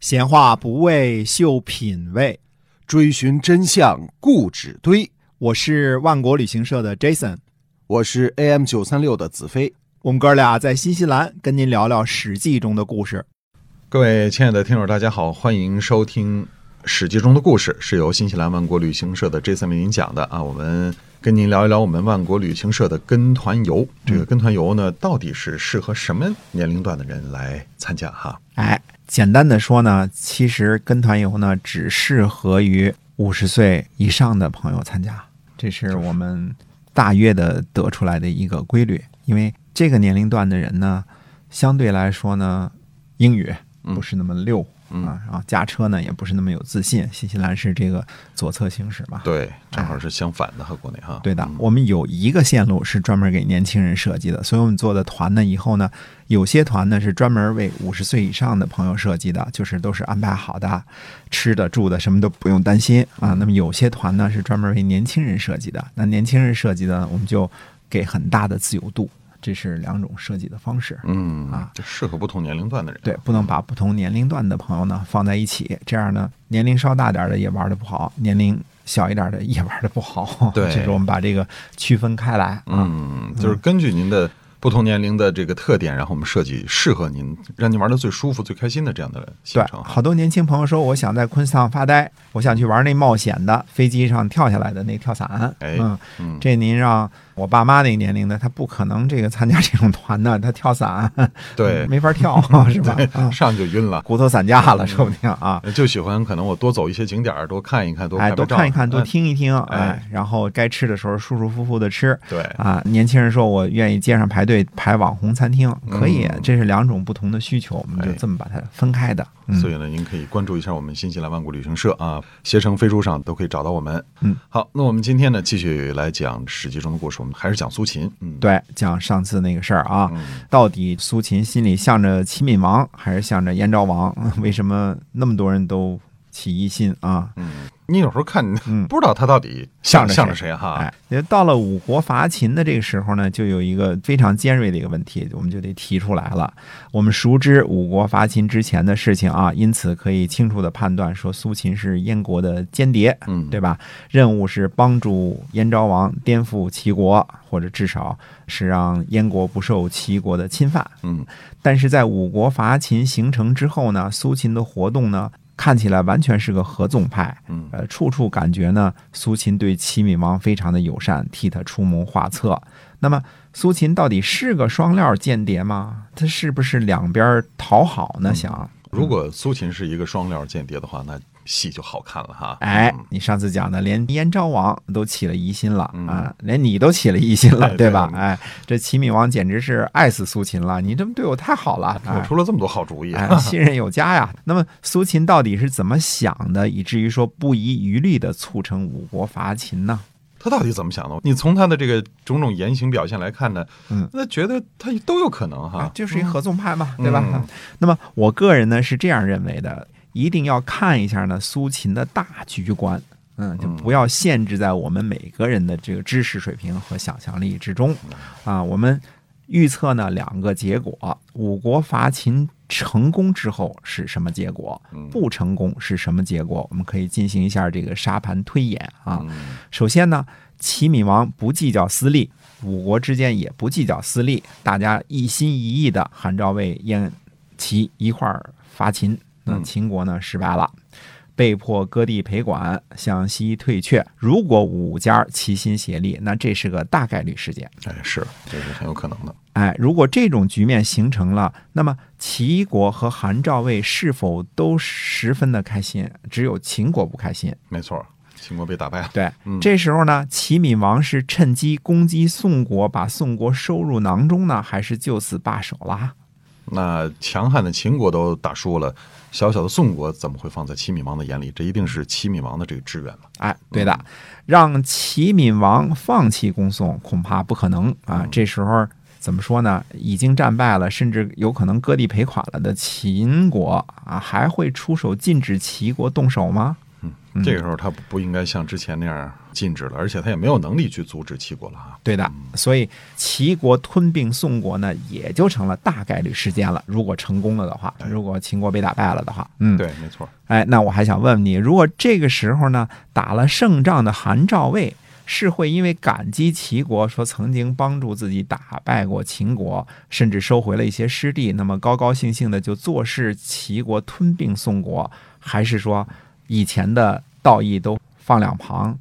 闲话不为秀品味，追寻真相固执堆。我是万国旅行社的 Jason，我是 AM 九三六的子飞。我们哥俩在新西兰跟您聊聊《史记》中的故事。各位亲爱的听友，大家好，欢迎收听《史记》中的故事，是由新西兰万国旅行社的 Jason 为您讲的啊。我们跟您聊一聊我们万国旅行社的跟团游。这个跟团游呢，到底是适合什么年龄段的人来参加哈？哎，简单的说呢，其实跟团游呢只适合于五十岁以上的朋友参加，这是我们大约的得出来的一个规律。因为这个年龄段的人呢，相对来说呢，英语不是那么溜。嗯啊，然后驾车呢也不是那么有自信。新西兰是这个左侧行驶嘛，对，正好是相反的和国内哈。对的嗯，我们有一个线路是专门给年轻人设计的，所以我们做的团呢，以后呢，有些团呢是专门为五十岁以上的朋友设计的，就是都是安排好的，吃的住的什么都不用担心啊。那么有些团呢是专门为年轻人设计的，那年轻人设计的呢，我们就给很大的自由度，这是两种设计的方式。嗯啊，这适合不同年龄段的人。对，不能把不同年龄段的朋友呢放在一起，这样呢，年龄稍大点儿的也玩的不好，年龄小一点儿的也玩的不好。对这是我们把这个区分开来啊。嗯，就是根据您的不同年龄的这个特点，然后我们设计适合您，让您玩的最舒服、最开心的这样的行对，程。好多年轻朋友说，我想在昆士兰发呆，我想去玩那冒险的飞机上跳下来的那跳伞。哎嗯，嗯，这您让我爸妈那个年龄的，他不可能这个参加这种团的，他跳伞对，没法 跳是吧？啊，上就晕了。骨头散架了，说不定啊。呃就喜欢可能我多走一些景点儿，多看一看，多拍哎，拍多照看一看，多哎听一听，哎哎，然后该吃的时候舒舒服服的吃。对，啊，年轻人说我愿意街上排队排网红餐厅，可以，嗯这是两种不同的需求，我们就哎这么把它分开的。嗯所以呢，您可以关注一下我们新西兰万国旅行社啊，携程、飞书上都可以找到我们。嗯，好，那我们今天呢，继续来讲《史记》中的故事，我们还是讲苏秦。嗯，，对，讲上次那个事儿啊，嗯，到底苏秦心里向着齐闵王还是向着燕昭王？ 为什么那么多人都起疑心啊？你有时候看嗯不知道他 到底向向着向着谁谁哈哎？，也到了五国伐秦的这个时候呢，就有一个非常尖锐的一个问题，我们就得提出来了。我们熟知五国伐秦之前的事情啊，因此可以清楚的判断说苏秦是燕国的间谍，嗯，对吧？任务是帮助燕昭王颠覆齐国，或者至少是让燕国不受齐国的侵犯。嗯，但是在五国伐秦形成之后呢，苏秦的活动呢，看起来完全是个合纵派，嗯呃，处处感觉呢，苏秦对齐闵王非常的友善，替他出谋划策。那么，苏秦到底是个双料间谍吗？他是不是两边讨好嗯呢？想，如果苏秦是一个双料间谍的话，那戏就好看了哈。哎嗯，你上次讲的，连燕昭王都起了疑心了嗯啊，连你都起了疑心了，哎对吧？对哎，这齐闵王简直是爱死苏秦了，你这么对我太好了，哎我出了这么多好主意，哎，信任有加呀。那么苏秦到底是怎么想的，以至于说不遗余力的促成五国伐秦呢？他到底怎么想的？你从他的这个种种言行表现来看呢，嗯那觉得他都有可能啊哈，。就是一合纵派嘛，对吧？嗯那么我个人呢是这样认为的，一定要看一下呢苏秦的大局观。嗯，就嗯不要限制在我们每个人的这个知识水平和想象力之中嗯啊。我们预测呢两个结果：五国伐秦成功之后是什么结果？嗯不成功是什么结果？我们可以进行一下这个沙盘推演啊。嗯首先呢，齐闵王不计较私利，五国之间也不计较私利，大家一心一意的韩赵魏燕齐一块儿伐秦。那嗯秦国呢失败了，被迫割地赔款，向西退却。如果五家齐心协力，那这是个大概率事件。哎，是，这是很有可能的。哎，如果这种局面形成了，那么齐国和韩赵魏是否都十分的开心？只有秦国不开心。没错，秦国被打败了。对，嗯这时候呢，齐闵王是趁机攻击宋国，把宋国收入囊中呢，还是就此罢手啊啦？那强悍的秦国都打输了，小小的宋国怎么会放在齐闵王的眼里？这一定是齐闵王的这个支援了。哎，对的，让齐闵王放弃攻宋恐怕不可能啊。这时候怎么说呢？已经战败了，甚至有可能割地赔款了的秦国啊，还会出手禁止齐国动手吗？嗯这个时候他不不应该像之前那样禁止了，而且他也没有能力去阻止齐国了啊。对的，所以齐国吞并宋国呢，也就成了大概率事件了。如果成功了的话，如果秦国被打败了的话，嗯，，对，没错，哎，那我还想问问你，如果这个时候呢，打了胜仗的韩赵魏是会因为感激齐国，说曾经帮助自己打败过秦国，甚至收回了一些失地，那么高高兴兴的就坐视齐国吞并宋国，还是说以前的道义都放两旁，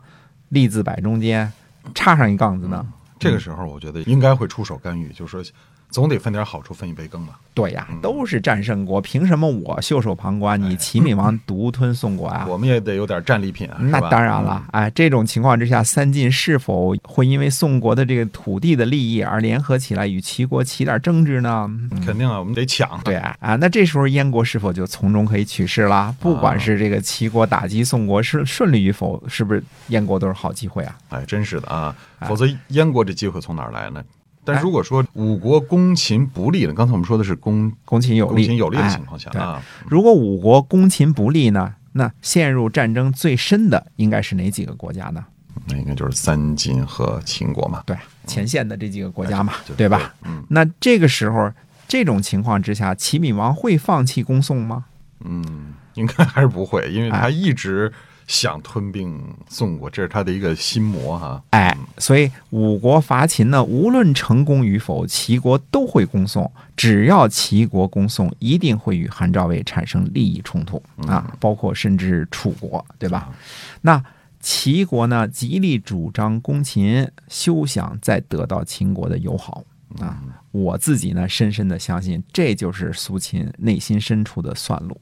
利字摆中间，插上一杠子呢？这个时候我觉得应该会出手干预，就是说总得分点好处，分一杯羹吧。对呀，都是战胜国，凭什么我袖手旁观，你齐闵王独吞宋国啊？我们也得有点战利品啊，是那吧当然了，哎，这种情况之下，三晋是否会因为宋国的这个土地的利益而联合起来与齐国起点争执呢？嗯肯定啊，我们得抢。对啊，啊，那这时候燕国是否就从中可以取势啊啦？不管是这个齐国打击宋国顺顺利与否，是不是燕国都是好机会啊？哎，真是的啊，哎否则燕国这机会从哪儿来呢？但哎如果说五国攻秦不利呢？刚才我们说的是攻攻秦有攻力，秦有利的哎情况下对啊，如果五国攻秦不利呢？那陷入战争最深的应该是哪几个国家呢？那应该就是三晋和秦国嘛。 对，前线的这几个国家嘛，就对吧？？嗯那这个时候，这种情况之下，齐闵王会放弃攻宋吗？嗯，应该还是不会，因为哎他一直想吞并宋国，这是他的一个心魔哈。哎，所以五国伐秦呢，无论成功与否，齐国都会攻宋。只要齐国攻宋，一定会与韩赵魏产生利益冲突啊，包括甚至楚国，对吧？那齐国呢，极力主张攻秦，休想再得到秦国的友好啊！我自己呢，深深的相信，这就是苏秦内心深处的算路。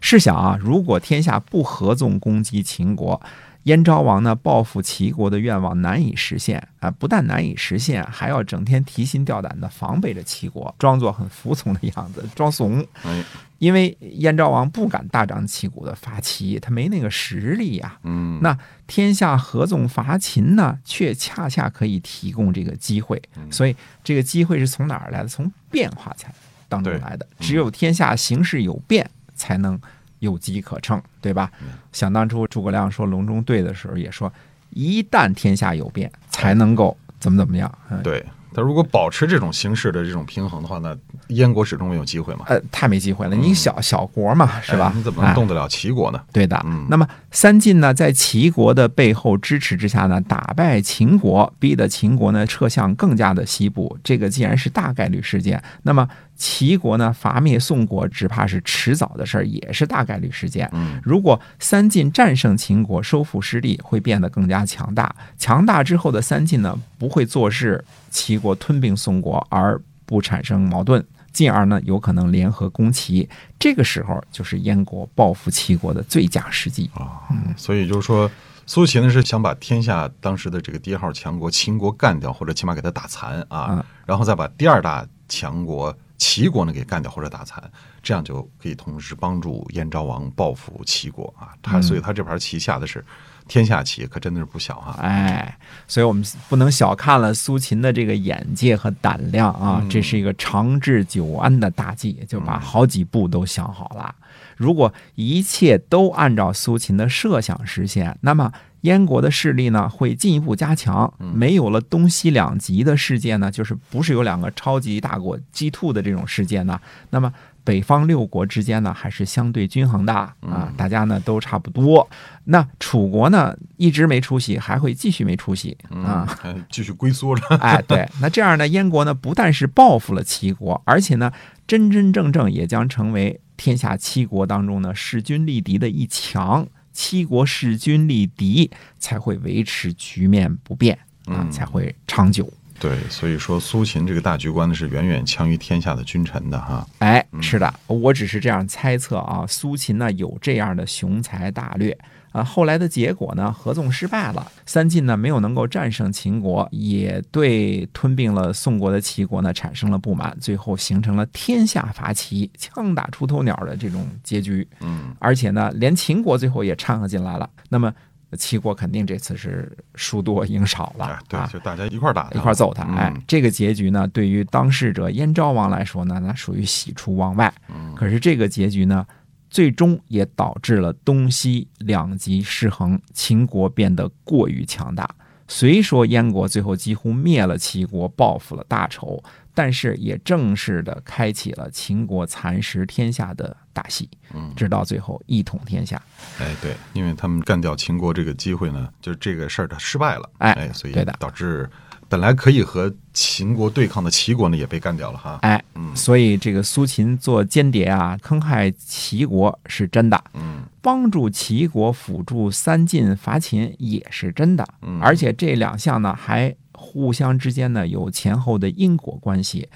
试想啊，如果天下不合纵攻击秦国，燕昭王呢报复齐国的愿望难以实现啊，不但难以实现，还要整天提心吊胆的防备着齐国，装作很服从的样子， 装怂。哎，因为燕昭王不敢大张旗鼓的伐齐，他没那个实力啊呀、嗯，那天下合纵伐秦呢，却恰恰可以提供这个机会，嗯所以这个机会是从哪儿来的？从变化才当中对来的。只有天下形势有变，才能有机可乘，对吧？嗯想当初诸葛亮说隆中对的时候，也说一旦天下有变，才能够怎么怎么样。嗯，对。他如果保持这种形势的这种平衡的话，那燕国始终没有机会嘛，呃，太没机会了，你小小国嘛，是吧嗯哎？你怎么哎能动得了齐国呢？对的嗯。那么三晋呢，在齐国的背后支持之下呢，打败秦国，逼得秦国呢撤向更加的西部。这个既然是大概率事件，那么齐国呢伐灭宋国，只怕是迟早的事儿，也是大概率事件。嗯，如果三晋战胜秦国，收复失地，会变得更加强大。强大之后的三晋呢，不会坐视齐国吞并宋国而不产生矛盾，进而呢，有可能联合攻齐。这个时候就是燕国报复齐国的最佳时机。啊，所以就是说，苏秦呢是想把天下当时的这个第一号强国秦国干掉，或者起码给他打残嗯啊，然后再把第二大强国齐国呢给干掉或者打残，这样就可以同时帮助燕昭王报复齐国啊。他嗯所以他这盘棋下的是天下棋，可真的是不小啊。哎，所以我们不能小看了苏秦的这个眼界和胆量啊，嗯这是一个长治久安的大计，就把好几步都想好了。如果一切都按照苏秦的设想实现，那么燕国的势力呢会进一步加强。没有了东西两极的世界呢，就是不是有两个超级大国 G two 的这种世界呢？那么北方六国之间呢还是相对均衡的嗯啊，大家呢都差不多。那楚国呢一直没出息，还会继续没出息啊。嗯，还继续龟缩着。哎，对，那这样呢，燕国呢不但是报复了齐国，而且呢，真真正正也将成为天下七国当中呢势均力敌的一强。七国势均力敌，才会维持局面不变啊，嗯才会长久。 对，所以说苏秦这个大局观呢是远远强于天下的君臣的哈。哎，是的，我只是这样猜测啊。苏秦呢有这样的雄才大略啊，后来的结果呢，合纵失败了，三晋呢没有能够战胜秦国，也对吞并了宋国的齐国呢产生了不满，最后形成了天下伐齐、枪打出头鸟的这种结局。嗯，而且呢，连秦国最后也掺和进来了。那么呃齐国肯定这次是输多赢少了、哎，对啊，就大家一块儿打的，一块儿揍他。哎嗯，这个结局呢，对嗯于当事者燕昭王来说呢，那属于喜出望外。可是这个结局呢，最终也导致了东西两极失衡，秦国变得过于强大。虽说燕国最后几乎灭了齐国，报复了大仇，但是也正式的开启了秦国蚕食天下的大戏，嗯，直到最后一统天下。哎，对，因为他们干掉秦国这个机会呢，就是这个事儿它失败了，哎哎，所以对的导致本来可以和秦国对抗的齐国呢也被干掉了哈，哎，嗯所以这个苏秦做间谍啊，坑害齐国是真的，嗯帮助齐国辅助三晋伐秦也是真的，嗯，而且这两项呢还互相之间呢有前后的因果关系，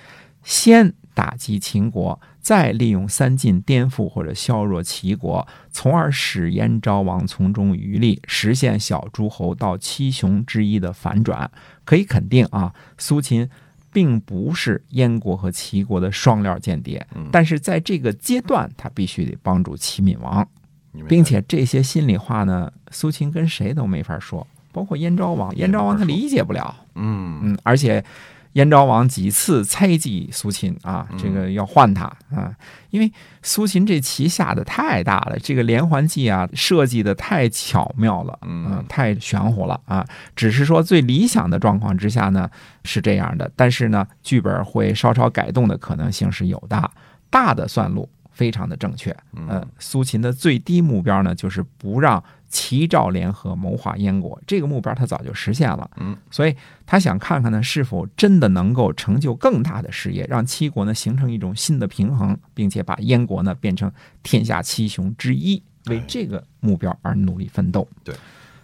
先打击秦国，再利用三晋颠覆或者削弱齐国，从而使燕昭王从中渔利，实现小诸侯到七雄之一的反转。可以肯定啊，苏秦。并不是燕国和齐国的双料间谍嗯，但是在这个阶段，他必须得帮助齐闵王。你们并且这些心里话呢，苏秦跟谁都没法说，包括燕昭王，燕昭王他理解不了，嗯嗯，而且燕昭王几次猜忌苏秦啊，这个要换他啊，因为苏秦这棋下的太大了，这个连环计啊设计的太巧妙了，啊嗯太玄乎了啊。只是说最理想的状况之下呢是这样的，但是呢剧本会稍稍改动的可能性是有的，大的算路非常的正确，呃，苏秦的最低目标呢，就是不让齐赵联合谋划燕国。这个目标他早就实现了，嗯，所以他想看看呢，是否真的能够成就更大的事业，让齐国呢形成一种新的平衡，并且把燕国呢变成天下七雄之一，为哎这个目标而努力奋斗。对。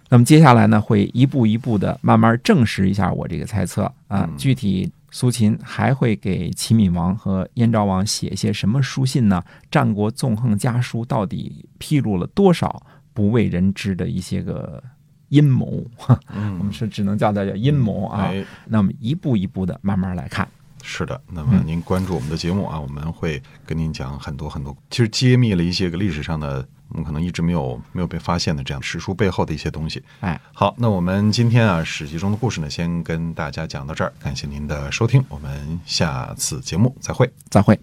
那么接下来呢，会一步一步的慢慢证实一下我这个猜测啊。嗯具体苏秦还会给齐闵王和燕昭王写一些什么书信呢？《战国纵横家书》到底披露了多少不为人知的一些个阴谋？ 我嗯们，是只能叫它叫阴谋啊。哎，那么一步一步的慢慢来看。是的，那嗯么您关注我们的节目啊，我们会跟您讲很多很多，其实揭秘了一些个历史上的我们可能一直没有没有被发现的这样史书背后的一些东西。哎，好，那我们今天啊《史记》中的故事呢，先跟大家讲到这儿，感谢您的收听，我们下次节目再会。再会。